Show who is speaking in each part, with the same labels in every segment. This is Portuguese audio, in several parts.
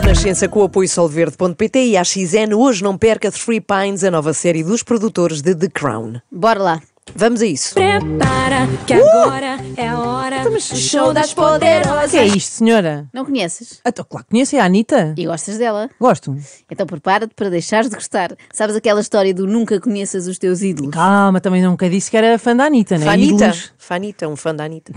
Speaker 1: Renascença com o apoio solverde.pt e a XN. Hoje não perca Three Pines, a nova série dos produtores de The Crown.
Speaker 2: Bora lá.
Speaker 1: Vamos a isso.
Speaker 3: Prepara, que agora é a hora do show das poderosas.
Speaker 4: O que é isto, senhora?
Speaker 2: Não conheces?
Speaker 4: Ah, tô- Claro, que conheço é a Anitta?
Speaker 2: E gostas dela?
Speaker 4: Gosto.
Speaker 2: Então prepara-te para deixares de gostar. Sabes aquela história do nunca conheças os teus ídolos?
Speaker 4: Calma, também nunca disse que era fã da Anitta, né?
Speaker 1: Fanita.
Speaker 4: Ídolos.
Speaker 1: Fanita, um fã da Anitta.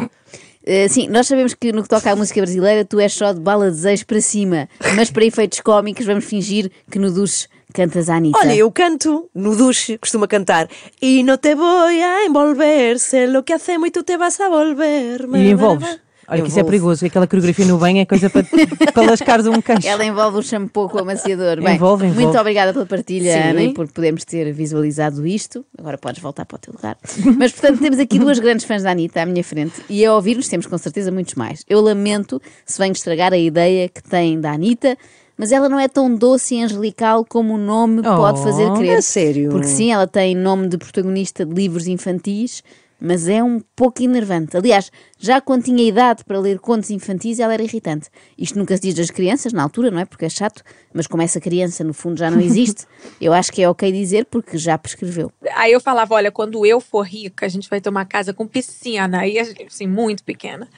Speaker 2: Eh, sim, nós sabemos que no que toca à música brasileira tu és só de baladezeiros para cima, mas para efeitos cómicos vamos fingir que no duche cantas a
Speaker 4: é.
Speaker 2: Anitta.
Speaker 1: Olha, eu canto no duche, costumo cantar. E não te vou a envolver, sei lo que hace muito te vas a volver.
Speaker 4: E envolves. Olha, que isso é
Speaker 1: Envolvo.
Speaker 4: perigoso. Aquela coreografia no banho é coisa para, para lascares um queixo.
Speaker 2: Ela é envolve o shampoo com o amaciador. Bem,
Speaker 4: Envolve, envolve.
Speaker 2: Muito obrigada pela partilha,
Speaker 1: Sim.
Speaker 2: Ana, e por podermos ter visualizado isto. Agora podes voltar para o teu lugar. Mas, portanto, temos aqui duas grandes fãs da Anitta à minha frente e a ouvir-nos temos com certeza muitos mais. Eu lamento se venho estragar a ideia que têm da Anitta. Mas ela não é tão doce e angelical como o nome pode fazer
Speaker 4: Oh,
Speaker 2: crer.
Speaker 1: é sério?
Speaker 2: Porque sim, ela tem nome de protagonista de livros infantis, mas é um pouco enervante. Aliás, já quando tinha idade para ler contos infantis, ela era irritante. Isto nunca se diz das crianças, na altura, não é? Porque é chato, mas como essa criança no fundo já não existe, eu acho que é ok dizer porque já prescreveu.
Speaker 3: Aí eu falava, olha, quando eu for rica, a gente vai ter uma casa com piscina. Aí, assim, muito pequena.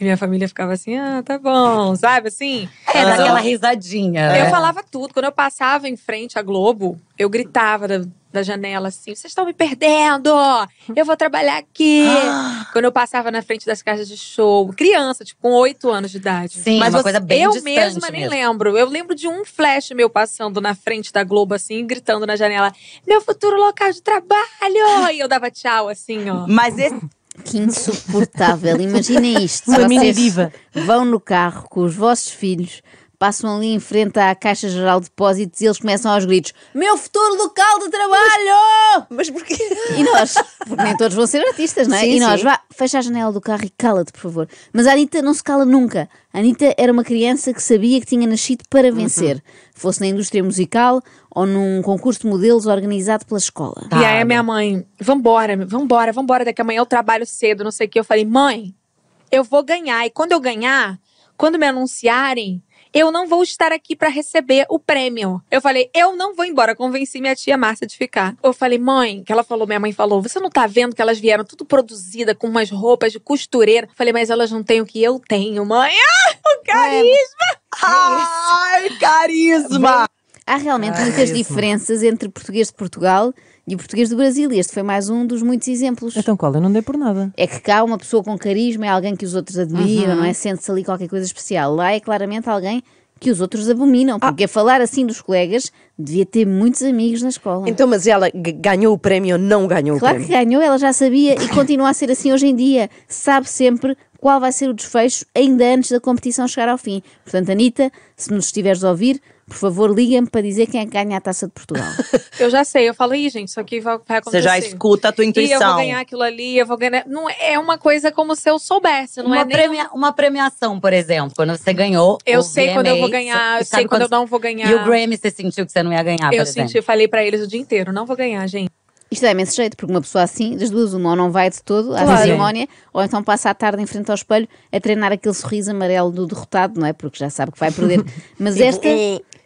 Speaker 3: E minha família ficava assim, ah, tá bom, sabe assim?
Speaker 5: É,
Speaker 3: Mas
Speaker 5: daquela
Speaker 3: eu-
Speaker 5: risadinha.
Speaker 3: Eu
Speaker 5: né?
Speaker 3: falava tudo. Quando eu passava em frente à Globo, eu gritava da, da janela assim: vocês estão me perdendo! Eu vou trabalhar aqui!
Speaker 5: Ah!
Speaker 3: Quando eu passava na frente das casas de show, criança, tipo, com oito anos de idade.
Speaker 5: Sim,
Speaker 3: Mas
Speaker 5: uma
Speaker 3: você-
Speaker 5: coisa bem
Speaker 3: Eu
Speaker 5: distante
Speaker 3: mesma nem
Speaker 5: mesmo.
Speaker 3: lembro. Eu lembro de um flash meu passando na frente da Globo, assim, gritando na janela: meu futuro local de trabalho! E eu dava tchau, assim, ó.
Speaker 5: Mas esse,
Speaker 2: Que insuportável. Imaginem isto.
Speaker 4: Uma
Speaker 2: Se
Speaker 4: mini
Speaker 2: vocês
Speaker 4: diva.
Speaker 2: Vão no carro com os vossos filhos, passam ali em frente à Caixa Geral de Depósitos e eles começam aos gritos: Meu futuro local de trabalho!
Speaker 1: Mas porquê?
Speaker 2: E nós, porque nem todos vão ser artistas, não é?
Speaker 1: Sim,
Speaker 2: e nós,
Speaker 1: sim.
Speaker 2: vá, fecha a janela do carro e cala-te, por favor. Mas a Anitta não se cala nunca. A Anitta era uma criança que sabia que tinha nascido para vencer,
Speaker 1: Uhum.
Speaker 2: fosse na indústria musical ou num concurso de modelos organizado pela escola.
Speaker 3: E aí a minha mãe, vambora, vambora, vambora, daqui amanhã eu trabalho cedo, não sei o que. Eu falei, mãe, eu vou ganhar. E quando eu ganhar, quando me anunciarem, eu não vou estar aqui pra receber o prêmio. Eu falei, eu não vou embora. Convenci minha tia Márcia de ficar. Eu falei, mãe, que ela falou, minha mãe falou, você não tá vendo que elas vieram tudo produzida com umas roupas de costureira? Eu falei, mas elas não têm o que eu tenho, mãe. Ah, o carisma!
Speaker 5: Ai, carisma!
Speaker 2: Há realmente muitas diferenças entre português de Portugal e o português do Brasil. E este foi mais um dos muitos exemplos.
Speaker 4: Então, qual? Eu não dei por nada.
Speaker 2: É que cá uma pessoa com carisma é alguém que os outros
Speaker 1: Uhum.
Speaker 2: admiram, não é? Sente-se ali qualquer coisa especial. Lá é claramente alguém que os outros abominam,
Speaker 1: Ah.
Speaker 2: porque a falar assim dos colegas devia ter muitos amigos na escola.
Speaker 1: Então, mas ela g- ganhou o prémio ou não ganhou o
Speaker 2: claro que
Speaker 1: prémio?
Speaker 2: ganhou, ela já sabia e continua a ser assim hoje em dia. Sabe sempre qual vai ser o desfecho ainda antes da competição chegar ao fim. Portanto, Anitta, se nos estiveres a ouvir, por favor, liga-me para dizer quem é que ganha a taça de Portugal.
Speaker 3: Eu já sei, eu falo, ih, gente, isso aqui vai, vai acontecer.
Speaker 5: Você já escuta a tua
Speaker 3: E eu vou
Speaker 5: intuição.
Speaker 3: ganhar aquilo ali, eu vou ganhar. Não é uma coisa como se eu soubesse, não
Speaker 5: uma,
Speaker 3: é nem.
Speaker 5: premia- uma premiação, por exemplo, quando você ganhou.
Speaker 3: Eu
Speaker 5: o
Speaker 3: sei quando eu vou ganhar,
Speaker 5: e
Speaker 3: eu
Speaker 5: sabe
Speaker 3: sei quando eu não vou ganhar.
Speaker 5: E o Grammy, você sentiu que você não ia ganhar,
Speaker 3: eu
Speaker 5: por
Speaker 3: senti,
Speaker 5: exemplo.
Speaker 3: falei pra eles o dia inteiro, não vou ganhar, gente.
Speaker 2: Isto dá imenso jeito, porque uma pessoa assim, das duas, uma ou não vai de todo à
Speaker 4: Claro.
Speaker 2: cerimónia, ou então passa a tarde em frente ao espelho a treinar aquele sorriso amarelo do derrotado, não é? Porque já sabe que vai perder. Mas esta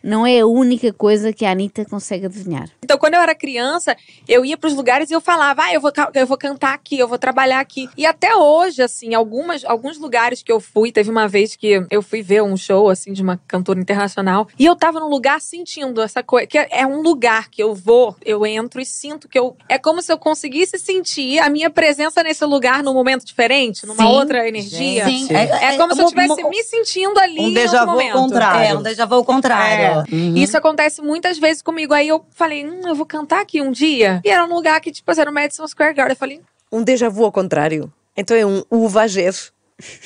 Speaker 2: não é a única coisa que a Anitta consegue adivinhar.
Speaker 3: Então, quando eu era criança, eu ia pros lugares e eu falava, ah, eu vou, ca- eu vou cantar aqui, eu vou trabalhar aqui. E até hoje, assim, algumas, alguns lugares que eu fui, teve uma vez que eu fui ver um show, assim, de uma cantora internacional, e eu tava num lugar sentindo essa coisa, que é é um lugar que eu vou, eu entro e sinto que eu. É como se eu conseguisse sentir a minha presença nesse lugar num momento diferente, numa
Speaker 5: Sim,
Speaker 3: outra energia.
Speaker 5: Sim,
Speaker 3: É como se eu
Speaker 5: um-
Speaker 3: estivesse me sentindo ali
Speaker 5: Um
Speaker 3: em outro
Speaker 5: déjà vu ao
Speaker 3: momento.
Speaker 5: contrário.
Speaker 3: É,
Speaker 5: É, um déjà vu ao contrário. Uhum.
Speaker 3: Isso acontece muitas vezes comigo. Aí eu falei, hum, eu vou cantar aqui um dia. E era um lugar que, tipo, era o Madison Square Garden. Eu falei,
Speaker 1: Um déjà vu ao contrário. Então é um uvagef.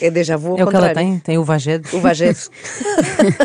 Speaker 1: É déjà vu ao
Speaker 4: é o que
Speaker 1: contrário.
Speaker 4: ela tem? Tem o Vagedo.
Speaker 1: Uvagef.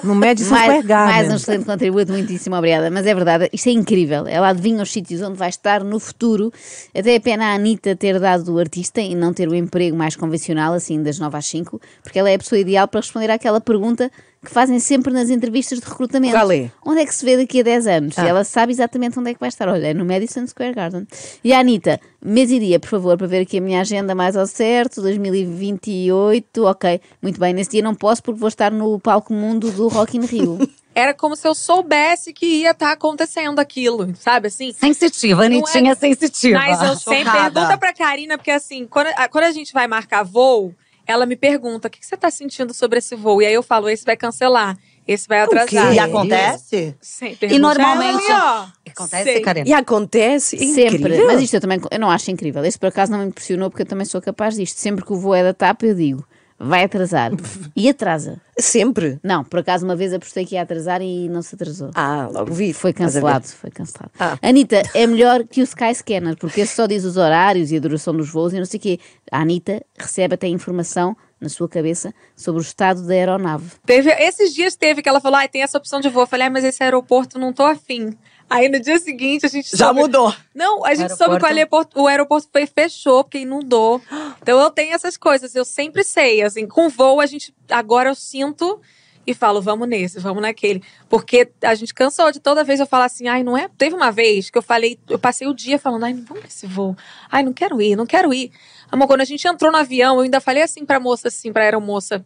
Speaker 4: No Madison Square
Speaker 2: Mais, mais um
Speaker 4: Garden.
Speaker 2: excelente contributo, muitíssimo obrigada. Mas é verdade, isto é incrível. Ela adivinha os sítios onde vai estar no futuro. Até é pena a Anitta ter dado o artista e não ter o emprego mais convencional, assim, das 9 às 5, porque ela é a pessoa ideal para responder àquela pergunta que fazem sempre nas entrevistas de recrutamento.
Speaker 1: Qual é? Ah.
Speaker 2: Onde é que se vê daqui a 10 anos? E ela sabe exatamente onde é que vai estar. Olha, é no Madison Square Garden. E a Anitta, mês e dia, por favor, para ver aqui a minha agenda mais ao certo, 2028, ok. Muito bem, nesse dia não posso porque vou estar no palco mundo do Rock in Rio.
Speaker 3: Era como se eu soubesse que ia estar acontecendo aquilo, sabe assim?
Speaker 5: Sensitiva, Anitinha sensitiva.
Speaker 3: Mas eu sempre
Speaker 5: Chocada.
Speaker 3: pergunta pra Karina, porque assim, quando a, quando a gente vai marcar voo, ela me pergunta: o que, que você tá sentindo sobre esse voo? E aí eu falo: esse vai cancelar, esse vai atrasar.
Speaker 1: quê?
Speaker 5: E acontece?
Speaker 3: Sem perguntar,
Speaker 5: normalmente-
Speaker 3: ela ali, ó,
Speaker 5: Acontece,
Speaker 3: sei.
Speaker 5: Karina.
Speaker 1: E acontece.
Speaker 2: Sempre.
Speaker 1: Incrível.
Speaker 2: Mas isto eu também eu não acho incrível. Esse por acaso não me impressionou porque eu também sou capaz disto. Sempre que o voo é da TAP, eu digo, vai atrasar. e atrasa.
Speaker 1: Sempre.
Speaker 2: Não, por acaso uma vez apostei que ia atrasar e não se atrasou.
Speaker 1: Ah, logo vi.
Speaker 2: Foi
Speaker 1: Estás a ver?
Speaker 2: cancelado, foi cancelado.
Speaker 1: Ah.
Speaker 2: Anitta, é melhor que o Skyscanner, porque esse só diz os horários e a duração dos voos e não sei o quê. A Anitta recebe até informação na sua cabeça sobre o estado da aeronave.
Speaker 3: Teve, esses dias teve que ela falou: ah, tem essa opção de voo. Eu falei: ah, mas esse aeroporto não tô afim. Aí no dia seguinte a gente
Speaker 5: Já
Speaker 3: soube-
Speaker 5: mudou.
Speaker 3: Não, a gente
Speaker 5: O
Speaker 3: soube que o
Speaker 5: aeroporto-
Speaker 3: aeroporto, o aeroporto foi, fechou, porque inundou. Então eu tenho essas coisas, eu sempre sei. Assim, com voo, a gente. Agora eu sinto e falo, vamos nesse, vamos naquele. Porque a gente cansou de toda vez eu falar assim, ai, não é? Teve uma vez que eu falei, eu passei o dia falando, ai, não vamos nesse voo. Ai, não quero ir, não quero ir. Amor, quando a gente entrou no avião, eu ainda falei assim pra moça, assim, pra aeromoça,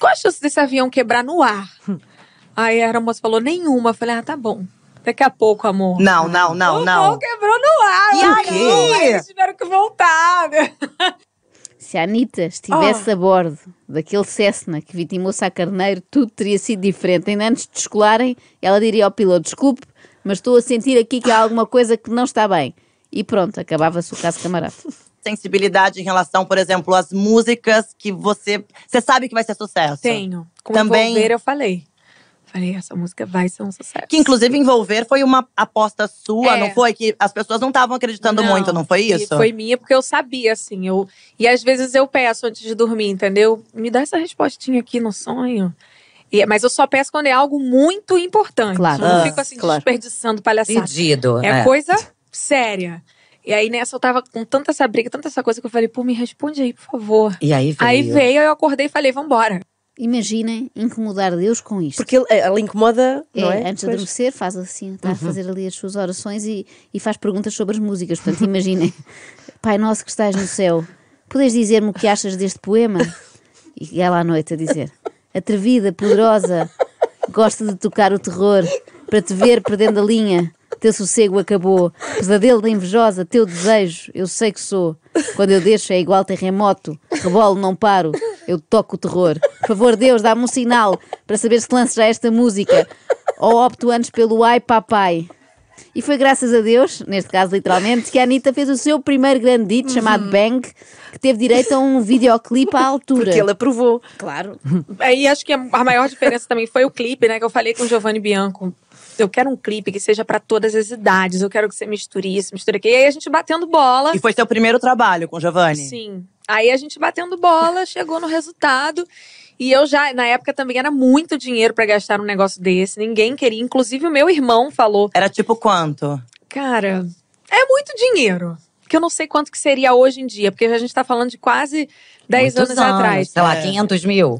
Speaker 3: qual a chance desse avião quebrar no ar? Aí a aeromoça falou, nenhuma. Eu falei, ah, tá bom. Daqui a pouco, amor.
Speaker 6: Não, não,
Speaker 3: O
Speaker 6: não,
Speaker 3: pau
Speaker 6: não.
Speaker 3: quebrou no ar.
Speaker 6: E
Speaker 3: o
Speaker 6: aí?
Speaker 3: pau, Eles tiveram que voltar. né?
Speaker 2: Se a Anitta
Speaker 1: Oh.
Speaker 2: estivesse a bordo daquele Cessna que vitimou Sá Carneiro, tudo teria sido diferente. Ainda antes de descolarem, ela diria ao piloto: desculpe, mas estou a sentir aqui que há alguma coisa que não está bem. E pronto, acabava-se o caso camarada.
Speaker 6: Sensibilidade em relação, por exemplo, às músicas que você. Você sabe que vai ser sucesso.
Speaker 3: Tenho. Com
Speaker 6: Também-
Speaker 3: envolver, eu falei. Falei, essa música vai ser um sucesso.
Speaker 6: Que inclusive envolver foi uma aposta sua,
Speaker 3: É.
Speaker 6: não foi? Que as pessoas não estavam acreditando muito, não foi
Speaker 3: e
Speaker 6: isso?
Speaker 3: Foi minha, porque eu sabia, assim. Eu, e às vezes eu peço antes de dormir, entendeu? Me dá essa respostinha aqui no sonho. E- mas eu só peço quando é algo muito importante.
Speaker 2: Claro.
Speaker 3: Eu não
Speaker 6: Ah,
Speaker 3: fico assim,
Speaker 1: claro.
Speaker 3: desperdiçando palhaçada.
Speaker 5: Pedido.
Speaker 3: É coisa séria. E aí nessa eu tava com tanta essa briga, tanta essa coisa que eu falei, pô, me responde aí, por favor.
Speaker 5: E aí veio.
Speaker 3: Aí veio, eu acordei e falei, vambora.
Speaker 2: Imaginem incomodar Deus com isto.
Speaker 1: Porque ele- ela incomoda, não é?
Speaker 2: antes de
Speaker 1: Pois.
Speaker 2: adormecer, faz assim, está a fazer ali as suas orações e, e faz perguntas sobre as músicas. Portanto, imaginem, Pai Nosso que estás no céu, podes dizer-me o que achas deste poema? E ela à noite a dizer: Atrevida, poderosa, gosta de tocar o terror, para te ver perdendo a linha, teu sossego acabou, pesadelo da invejosa, teu desejo, eu sei que sou. Quando eu deixo é igual terremoto, rebolo, não paro, eu toco o terror. Por favor, Deus, dá-me um sinal para saber se lanço já esta música. Ou opto antes pelo ai papai. E foi graças a Deus, neste caso literalmente, que a Anitta fez o seu primeiro grande hit chamado Bang, que teve direito a um videoclipe à altura.
Speaker 1: Uhum. Porque ele é- aprovou.
Speaker 2: Claro.
Speaker 3: Aí É, acho que a a maior diferença também foi o clipe, né? Que eu falei com o Giovanni Bianco. Eu quero um clipe que seja pra todas as idades. Eu quero que você misture isso, misture aquilo. E aí a gente batendo bola.
Speaker 6: E foi seu primeiro trabalho com o Giovanni?
Speaker 3: Sim. Aí a gente batendo bola, chegou no resultado. E eu já, na época também era muito dinheiro pra gastar num negócio desse. Ninguém queria. Inclusive o meu irmão falou:
Speaker 6: Era tipo quanto?
Speaker 3: Cara, é muito dinheiro. Que eu não sei quanto que seria hoje em dia, porque a gente tá falando de quase 10 anos,
Speaker 5: Muitos
Speaker 3: atrás. É.
Speaker 5: Sei lá,
Speaker 6: É.
Speaker 5: 500 mil?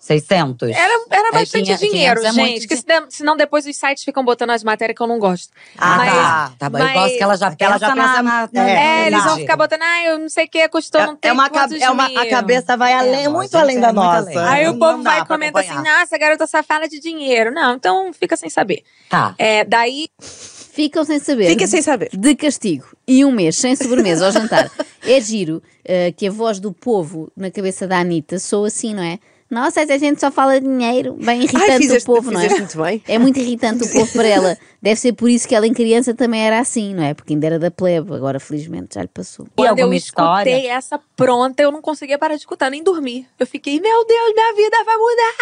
Speaker 5: 600?
Speaker 3: Era, era bastante
Speaker 5: 500
Speaker 3: dinheiro,
Speaker 5: é muito
Speaker 3: gente. Que se der- senão depois os sites ficam botando as matérias que eu não gosto.
Speaker 6: Ah,
Speaker 3: Mas-
Speaker 6: tá.
Speaker 5: tá bom, eu
Speaker 3: mas-
Speaker 5: gosto que ela já pensa,
Speaker 6: Ela já pensa
Speaker 5: na, na,
Speaker 6: na- É,
Speaker 3: É, eles vão
Speaker 6: verdade.
Speaker 3: ficar botando, ah, eu não sei o que, custou não
Speaker 6: é
Speaker 3: tem
Speaker 6: uma,
Speaker 3: quantos
Speaker 6: é uma a
Speaker 3: mil."
Speaker 6: cabeça vai além,
Speaker 5: É,
Speaker 6: muito
Speaker 5: nossa,
Speaker 6: além
Speaker 5: é
Speaker 6: da
Speaker 5: muito
Speaker 6: nossa.
Speaker 5: além.
Speaker 3: Aí o
Speaker 6: Não
Speaker 3: povo
Speaker 6: dá
Speaker 3: vai e
Speaker 6: pra
Speaker 3: comenta assim,
Speaker 6: acompanhar.
Speaker 3: nossa, garota safada de dinheiro. Não, então fica sem saber.
Speaker 5: Tá.
Speaker 3: É, daí
Speaker 2: Ficam sem saber.
Speaker 1: Fica sem saber.
Speaker 2: De castigo. E um mês sem sobremesa ao jantar. É giro eh, que a voz do povo na cabeça da Anitta soa assim, não é? Nossa, essa gente só fala de dinheiro. Bem irritante
Speaker 1: Ai, fizeste,
Speaker 2: o povo, não é?
Speaker 1: fizeste muito bem.
Speaker 2: É muito irritante o povo para ela. Deve ser por isso que ela em criança também era assim, não é? Porque ainda era da plebe, agora felizmente já lhe passou.
Speaker 5: E
Speaker 3: Quando eu
Speaker 5: alguma história?
Speaker 3: escutei essa pronta, eu não conseguia parar de escutar, nem dormir. Eu fiquei, meu Deus, minha vida vai mudar!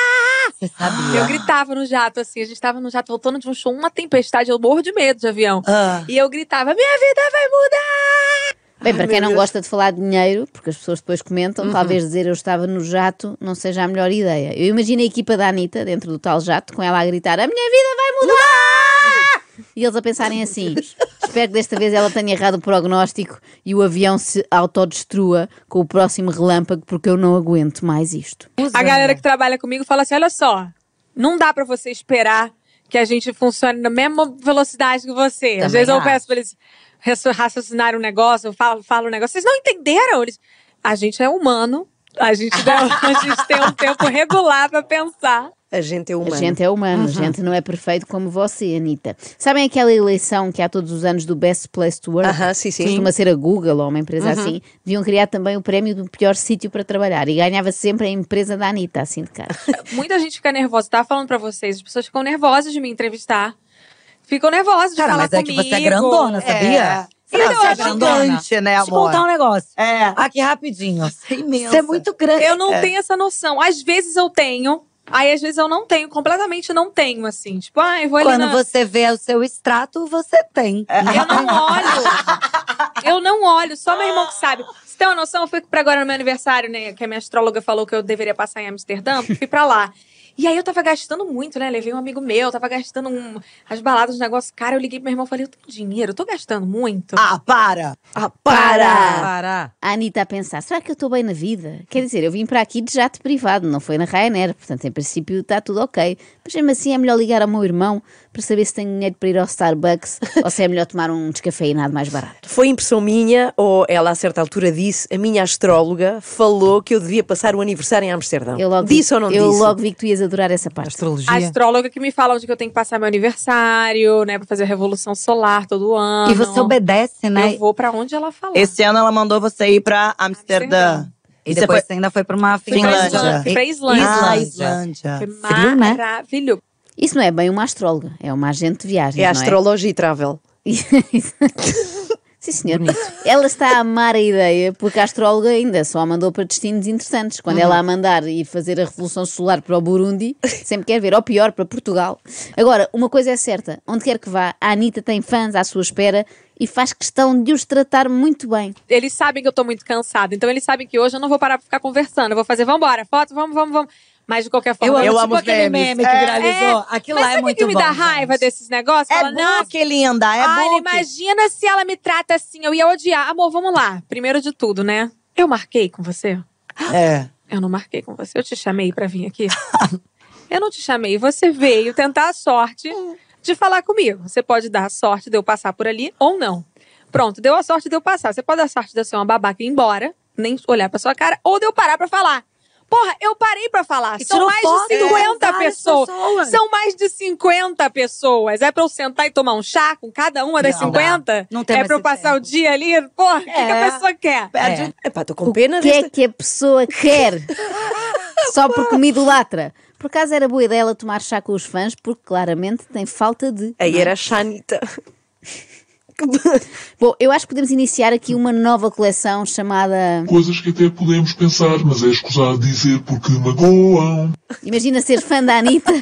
Speaker 5: Você
Speaker 6: Ah.
Speaker 5: sabia.
Speaker 3: Eu gritava no jato, assim, a gente tava no jato voltando de um show, uma tempestade, eu morro de medo de avião.
Speaker 6: Ah.
Speaker 3: E eu gritava, minha vida vai mudar!
Speaker 2: Bem, para
Speaker 1: meu
Speaker 2: quem não
Speaker 1: Deus. Uhum.
Speaker 2: gosta de falar de dinheiro, porque as pessoas depois comentam, talvez dizer eu estava no jato não seja a melhor ideia. Eu imagino a equipa da Anitta dentro do tal jato, com ela a gritar: A minha vida vai mudar! E eles a pensarem assim: espero que desta vez ela tenha errado o prognóstico e o avião se autodestrua com o próximo relâmpago, porque eu não aguento mais isto.
Speaker 3: A galera que trabalha comigo fala assim: olha só, não dá pra você esperar que a gente funcione na mesma velocidade que você. Às
Speaker 5: Também
Speaker 3: vezes eu
Speaker 5: acho.
Speaker 3: peço pra eles raci- raciocinarem um negócio, eu falo, falo um negócio. Vocês não entenderam? Eles, a gente é humano, a gente, dá- a gente tem um tempo regular pra pensar.
Speaker 1: A gente é humano.
Speaker 2: A gente é humano, a gente não é perfeito como você, Anitta. Sabem aquela eleição que há todos os anos do Best Place to Work?
Speaker 1: Aham, sim, Uhum. sim.
Speaker 2: Costuma ser a Google ou uma empresa assim. Deviam criar também o prémio do pior sítio para trabalhar. E ganhava sempre a empresa da Anitta, assim de cara.
Speaker 3: Muita gente fica nervosa. Tava falando pra vocês, as pessoas ficam nervosas de me entrevistar. Ficam nervosas de
Speaker 5: Cara,
Speaker 3: falar
Speaker 5: mas é que
Speaker 3: comigo.
Speaker 5: você é grandona, sabia?
Speaker 6: Sabe,
Speaker 5: Então,
Speaker 6: você é
Speaker 5: eu acho
Speaker 6: grandante, né,
Speaker 5: Deixa eu
Speaker 6: amor?
Speaker 5: contar um negócio.
Speaker 6: É,
Speaker 5: Aqui rapidinho.
Speaker 6: é imensa.
Speaker 5: Você é muito grande.
Speaker 3: Eu não tenho essa noção. Às vezes eu tenho, aí às vezes eu não tenho, completamente não tenho, assim. Tipo, ah, eu vou ali
Speaker 5: Quando
Speaker 3: na- É.
Speaker 5: você vê o seu extrato, você tem.
Speaker 3: Eu não olho. Eu não olho, só meu irmão que sabe. Você tem uma noção? Eu fui pra agora no meu aniversário, né? Que a minha astróloga falou que eu deveria passar em Amsterdã, fui pra lá. E aí eu tava gastando muito, né? Levei um amigo meu, tava gastando um- as baladas, os negócios. Cara, eu liguei pro meu irmão e falei: eu tenho dinheiro, eu tô gastando muito.
Speaker 6: Ah, para!
Speaker 1: Ah, para!
Speaker 4: Para.
Speaker 2: A Anitta a pensar, será que eu estou bem na vida? Quer dizer, eu vim para aqui de jato privado, não foi na Ryanair, portanto, em princípio está tudo ok. Mas mesmo assim é melhor ligar ao meu irmão para saber se tenho dinheiro para ir ao Starbucks ou se é melhor tomar um descafeinado mais barato.
Speaker 1: Foi impressão minha, ou ela a certa altura disse, a minha astróloga falou que eu devia passar o aniversário em Amsterdão.
Speaker 2: Eu logo
Speaker 1: disse
Speaker 2: vi,
Speaker 1: ou não
Speaker 2: Eu
Speaker 1: disse?
Speaker 2: logo vi que tu ias adorar essa parte.
Speaker 3: A
Speaker 5: é.
Speaker 4: Astrologia.
Speaker 3: astróloga que me fala onde que eu tenho que passar meu aniversário, né? Pra fazer a revolução solar todo ano.
Speaker 5: E você obedece, né?
Speaker 3: Eu vou pra onde ela falar.
Speaker 6: Esse ano ela mandou você ir pra Amsterdã.
Speaker 3: Amsterdã.
Speaker 5: E
Speaker 6: Você
Speaker 5: depois
Speaker 6: foi-
Speaker 5: você ainda foi pra uma
Speaker 3: Fui pra
Speaker 6: Finlândia.
Speaker 3: Islândia. Fui pra Islândia. É,
Speaker 6: Ah,
Speaker 5: Islândia.
Speaker 6: Islândia.
Speaker 3: Foi
Speaker 5: Frio, né?
Speaker 3: maravilhoso.
Speaker 2: Isso não é bem uma astróloga, é uma agente de viagens,
Speaker 1: É a
Speaker 2: não
Speaker 1: astrologia e travel.
Speaker 2: Sim, senhor. Ela está a amar a ideia, porque a astróloga ainda só a mandou para destinos interessantes. Quando ela a mandar e fazer a Revolução Solar para o Burundi, sempre quer ver, ou pior, para Portugal. Agora, uma coisa é certa: onde quer que vá, a Anitta tem fãs à sua espera e faz questão de os tratar muito bem.
Speaker 3: eles sabem que eu tô muito cansada. Então eles sabem que hoje eu não vou parar pra ficar conversando. Eu vou fazer, vambora, foto, vamos, vamos, vamos. Mas de qualquer
Speaker 5: Eu
Speaker 3: forma,
Speaker 5: amo,
Speaker 6: Eu
Speaker 5: tipo
Speaker 6: amo os
Speaker 5: aquele
Speaker 6: memes.
Speaker 5: meme que
Speaker 6: É.
Speaker 5: viralizou. Aquilo
Speaker 3: Mas
Speaker 5: lá é
Speaker 3: sabe o
Speaker 5: muito
Speaker 3: que me
Speaker 5: bom,
Speaker 3: dá raiva
Speaker 5: gente.
Speaker 3: desses negócios?
Speaker 6: É
Speaker 3: Fala,
Speaker 6: bom
Speaker 3: nossa,
Speaker 6: que linda, é
Speaker 3: olha,
Speaker 6: bom que…
Speaker 3: imagina se ela me trata assim, eu ia odiar. Amor, vamos lá. Primeiro de tudo, né? Eu marquei com você?
Speaker 6: É.
Speaker 3: Eu não marquei com você. Eu te chamei pra vir aqui. eu não te chamei. Você veio tentar a sorte de falar comigo. Você pode dar a sorte de eu passar por ali ou não. Pronto, deu a sorte de eu passar. Você pode dar a sorte de eu ser uma babaca e ir embora, nem olhar pra sua cara, ou de eu parar pra falar. Porra, eu parei pra falar.
Speaker 5: E
Speaker 3: São
Speaker 5: tirou
Speaker 3: mais
Speaker 5: foto
Speaker 3: de
Speaker 5: com
Speaker 3: 50
Speaker 5: né? várias
Speaker 3: pessoas.
Speaker 5: pessoas.
Speaker 3: São mais de 50 pessoas. É pra eu sentar e tomar um chá com cada uma das
Speaker 5: Não dá.
Speaker 3: 50?
Speaker 5: Não tem
Speaker 3: é
Speaker 5: mais
Speaker 3: pra eu
Speaker 5: esse
Speaker 3: passar
Speaker 5: tempo.
Speaker 3: o dia ali? Porra, o que, que a
Speaker 5: É.
Speaker 3: pessoa quer?
Speaker 6: Perde o-
Speaker 1: Epá, estou com pena
Speaker 2: O que é
Speaker 1: desta.
Speaker 2: que a pessoa quer? Só porque me idolatra. Por acaso era boa ideia ela tomar chá com os fãs, porque claramente tem falta de.
Speaker 1: Aí era a Xanita.
Speaker 2: Bom, eu acho que podemos iniciar aqui uma nova coleção chamada.
Speaker 7: Coisas que até podemos pensar, mas é escusado dizer porque magoam.
Speaker 2: Imagina ser fã da Anitta,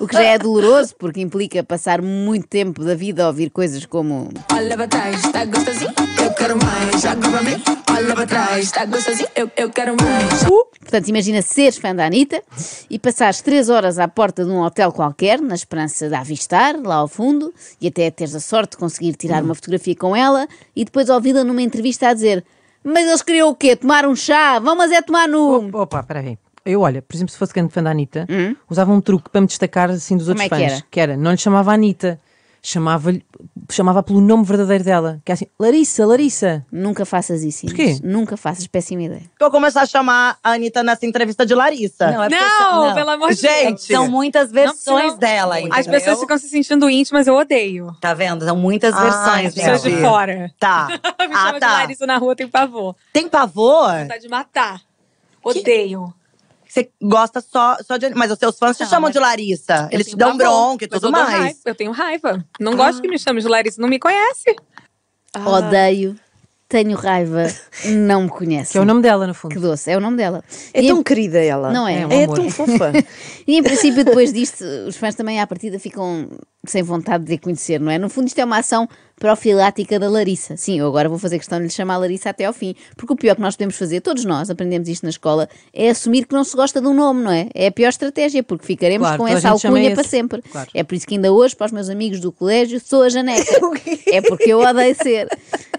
Speaker 2: o que já é doloroso, porque implica passar muito tempo da vida a ouvir coisas como.
Speaker 8: Olha pra trás, tá gostosinho? Eu quero mais, joga pra mim. Olha pra trás, tá gostosinho? Eu, eu quero mais.
Speaker 2: Portanto, imagina seres fã da Anitta e passares três horas à porta de um hotel qualquer, na esperança de a avistar lá ao fundo e até teres a sorte de conseguir tirar uma fotografia com ela e depois ouvi-la numa entrevista a dizer: Mas eles queriam o quê? Tomar um chá? Vão, mas é tomar no.
Speaker 4: Opa, peraí. Eu, olha, por exemplo, se fosse grande fã da Anitta, usava um truque para me destacar assim dos
Speaker 2: Hum? Como
Speaker 4: outros
Speaker 2: é que
Speaker 4: fãs.
Speaker 2: era?
Speaker 4: não lhe chamava Anitta, chamava-lhe, chamava pelo nome verdadeiro dela, que é assim, Larissa, Larissa.
Speaker 2: Nunca faças isso. Inês.
Speaker 4: Porquê?
Speaker 2: Nunca faças, péssima ideia.
Speaker 6: Eu comecei a chamar a Anitta nessa entrevista de Larissa.
Speaker 5: é porque
Speaker 3: Não,
Speaker 5: são-
Speaker 3: pelo amor de Deus.
Speaker 6: Gente,
Speaker 5: São muitas versões
Speaker 3: senão-
Speaker 5: dela,
Speaker 3: As
Speaker 5: entendeu?
Speaker 3: pessoas ficam se sentindo íntimas, eu odeio.
Speaker 5: Tá vendo? São muitas
Speaker 6: Ah,
Speaker 5: versões né?
Speaker 6: entendi.
Speaker 3: Pessoas
Speaker 5: dela.
Speaker 3: de fora.
Speaker 6: Tá.
Speaker 3: Me chama
Speaker 6: ah,
Speaker 3: de
Speaker 6: tá.
Speaker 3: Larissa na rua, tem pavor.
Speaker 6: Tem pavor?
Speaker 3: Vontade tá de matar. Odeio.
Speaker 6: Você gosta só, só de. Mas os seus fãs te
Speaker 3: Não,
Speaker 6: chamam
Speaker 3: mas-
Speaker 6: de Larissa.
Speaker 3: Eu
Speaker 6: Eles te
Speaker 3: tenho
Speaker 6: dão
Speaker 5: um
Speaker 3: pavor,
Speaker 6: bronca e
Speaker 3: Tá mas
Speaker 6: tudo
Speaker 3: eu dou
Speaker 6: mais.
Speaker 3: raiva, Eu tenho raiva. Não gosto que me chame de Larissa, não me conhece.
Speaker 4: Ah.
Speaker 2: Odeio, tenho raiva, não me conhece.
Speaker 4: Que é o nome dela, no fundo.
Speaker 2: Que doce, é o nome dela.
Speaker 1: É
Speaker 2: E
Speaker 1: tão
Speaker 2: em-
Speaker 1: querida ela.
Speaker 2: Não é? É um
Speaker 1: É
Speaker 4: amor.
Speaker 1: tão fofa.
Speaker 2: E em princípio, depois disto, os fãs também à partida ficam sem vontade de a conhecer, não é? No fundo, isto é uma ação profilática da Larissa. Sim, eu agora vou fazer questão de lhe chamar Larissa até ao fim, porque o pior que nós podemos fazer, todos nós aprendemos isto na escola, é assumir que não se gosta de um nome, não é? É a pior estratégia, porque ficaremos
Speaker 4: Claro,
Speaker 2: com
Speaker 4: toda a
Speaker 2: essa
Speaker 4: gente chama
Speaker 2: alcunha
Speaker 4: esse.
Speaker 2: para sempre.
Speaker 4: Claro.
Speaker 2: É por isso que ainda hoje, para os meus amigos do colégio, sou a Janeca. é porque eu odeio ser.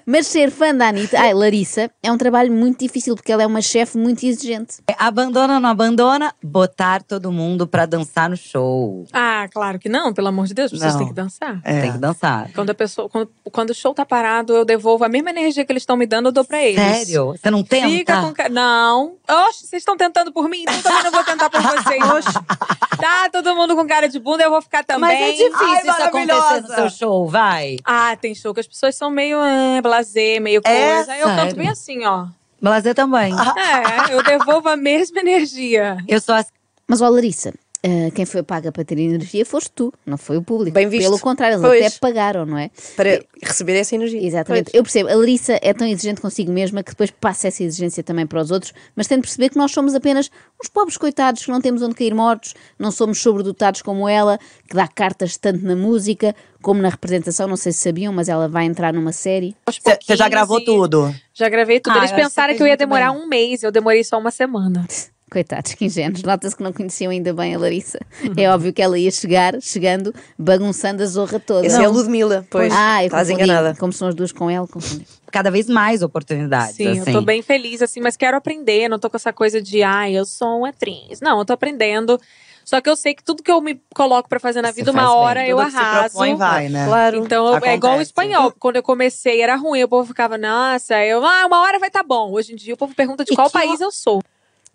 Speaker 2: Mas ser fã da Anitta, ai, Larissa, é um trabalho muito difícil porque ela é uma chefe muito exigente.
Speaker 5: É, Abandona ou não abandona? Botar todo mundo pra dançar no show.
Speaker 3: Ah, claro que não, pelo amor de Deus, vocês
Speaker 5: Não.
Speaker 3: têm que dançar.
Speaker 6: É.
Speaker 5: Tem que dançar.
Speaker 3: Quando, a pessoa, quando, quando o show tá parado, eu devolvo a mesma energia que eles estão me dando, eu dou pra eles.
Speaker 5: Sério? Você não tenta?
Speaker 3: Fica com. ca- Não. Oxe, vocês estão tentando por mim, então eu também não vou tentar por vocês. Oxe. Tá todo mundo com cara de bunda, eu vou ficar também.
Speaker 5: Mas é difícil
Speaker 6: Ai,
Speaker 5: isso acontecer no
Speaker 6: maravilhosa.
Speaker 5: seu show, vai.
Speaker 3: Ah, tem show que as pessoas são meio ah, blasé, meio coisa.
Speaker 5: É,
Speaker 3: Aí eu canto
Speaker 5: sério.
Speaker 3: bem assim, ó.
Speaker 5: Blazer também.
Speaker 3: É, eu devolvo a mesma energia.
Speaker 5: Eu sou assim.
Speaker 2: Mas, ó, Larissa, ah, quem foi paga para ter energia foste tu, não foi o público.
Speaker 1: Bem visto.
Speaker 2: Pelo contrário, eles
Speaker 1: Pois.
Speaker 2: até pagaram, não é?
Speaker 1: Para receber essa energia.
Speaker 2: Exatamente. Eu percebo, a Larissa é tão exigente consigo mesma que depois passa essa exigência também para os outros, mas tem de perceber que nós somos apenas uns pobres coitados que não temos onde cair mortos, não somos sobredotados como ela, que dá cartas tanto na música como na representação, não sei se sabiam, mas ela vai entrar numa série.
Speaker 3: Aos
Speaker 6: Você já
Speaker 3: pouquinhos
Speaker 6: gravou
Speaker 3: e-
Speaker 6: tudo.
Speaker 3: Já gravei tudo.
Speaker 5: Ah,
Speaker 3: Eles
Speaker 5: eu acho que
Speaker 3: pensaram
Speaker 5: fez
Speaker 3: que eu ia
Speaker 5: muito
Speaker 3: demorar
Speaker 5: bem.
Speaker 3: um mês, eu demorei só uma semana.
Speaker 2: Coitados, que ingênuos. Nota-se que não conheciam ainda bem a Larissa. É óbvio que ela ia chegar, chegando, bagunçando a zorra toda.
Speaker 1: Essa é a Ludmilla, pois.
Speaker 2: ah, eu
Speaker 1: estás
Speaker 2: confundi.
Speaker 1: enganada.
Speaker 2: Como são as duas com ela, confundi.
Speaker 5: Cada vez mais oportunidades,
Speaker 3: Sim,
Speaker 5: assim.
Speaker 3: eu tô bem feliz, assim, mas quero aprender. Não tô com essa coisa de, ai, eu sou uma atriz. Não, eu tô aprendendo. Só que eu sei que tudo que eu me coloco pra fazer na
Speaker 5: Você
Speaker 3: vida, uma
Speaker 5: faz bem.
Speaker 3: hora eu
Speaker 6: Tudo que se
Speaker 3: arraso.
Speaker 6: propõe vai, né?
Speaker 1: Claro.
Speaker 3: Então, eu- é igual o
Speaker 6: Acontece.
Speaker 3: espanhol. Quando eu comecei era ruim, o povo ficava, nossa, eu, ah, uma hora vai tá bom. Hoje em dia o povo pergunta de
Speaker 2: E
Speaker 3: qual
Speaker 2: que
Speaker 3: país eu sou.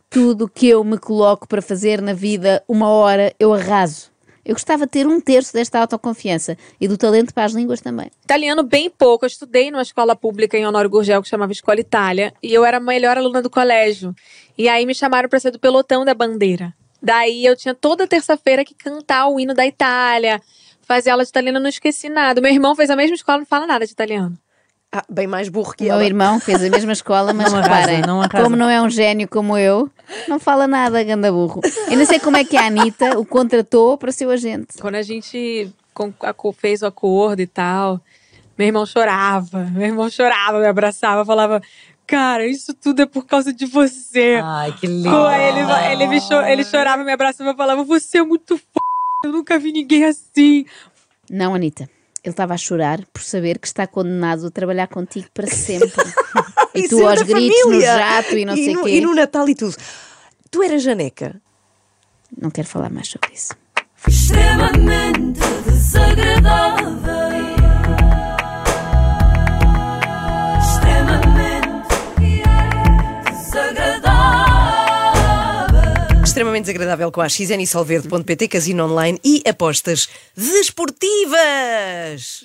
Speaker 2: tudo que eu me coloco para fazer na vida, uma hora eu arraso. Eu gostava de ter um terço desta autoconfiança e do talento para as línguas também.
Speaker 3: Italiano bem pouco. Eu estudei numa escola pública em Honório Gurgel, que chamava Escola Itália, e eu era a melhor aluna do colégio. E aí me chamaram para ser do pelotão da bandeira. Daí eu tinha toda terça-feira que cantar o hino da Itália, fazer aula de italiano, eu não esqueci nada. Meu irmão fez a mesma escola, não fala nada de italiano.
Speaker 1: Ah, bem mais burro que
Speaker 2: O meu
Speaker 1: ela.
Speaker 2: irmão fez a mesma escola, mas
Speaker 4: Não arrasa,
Speaker 2: reparem,
Speaker 4: não arrasa.
Speaker 2: como não é um gênio como eu, não fala nada, ganda burro. Eu não sei como é que a Anitta o contratou para ser o agente.
Speaker 3: Quando a gente con- aco- fez o acordo e tal, meu irmão chorava. Meu irmão chorava, me abraçava, falava: Cara, isso tudo é por causa de você.
Speaker 5: Ai, que lindo.
Speaker 3: Pô, ele, ele, me cho- ele chorava, me abraçava e falava: Você é muito f. Eu nunca vi ninguém assim.
Speaker 2: Não, Anitta. Ele estava a chorar por saber que está condenado a trabalhar contigo para sempre. e
Speaker 1: Isso
Speaker 2: tu
Speaker 1: é
Speaker 2: aos
Speaker 1: da
Speaker 2: gritos,
Speaker 1: família.
Speaker 2: no jato e não sei o
Speaker 1: no,
Speaker 2: quê.
Speaker 1: E no Natal e tudo. Tu eras janeca.
Speaker 2: Não quero falar mais sobre isso.
Speaker 8: Extremamente desagradável. Extremamente desagradável.
Speaker 1: Extremamente desagradável com a xnisolverde.pt, casino online e apostas desportivas.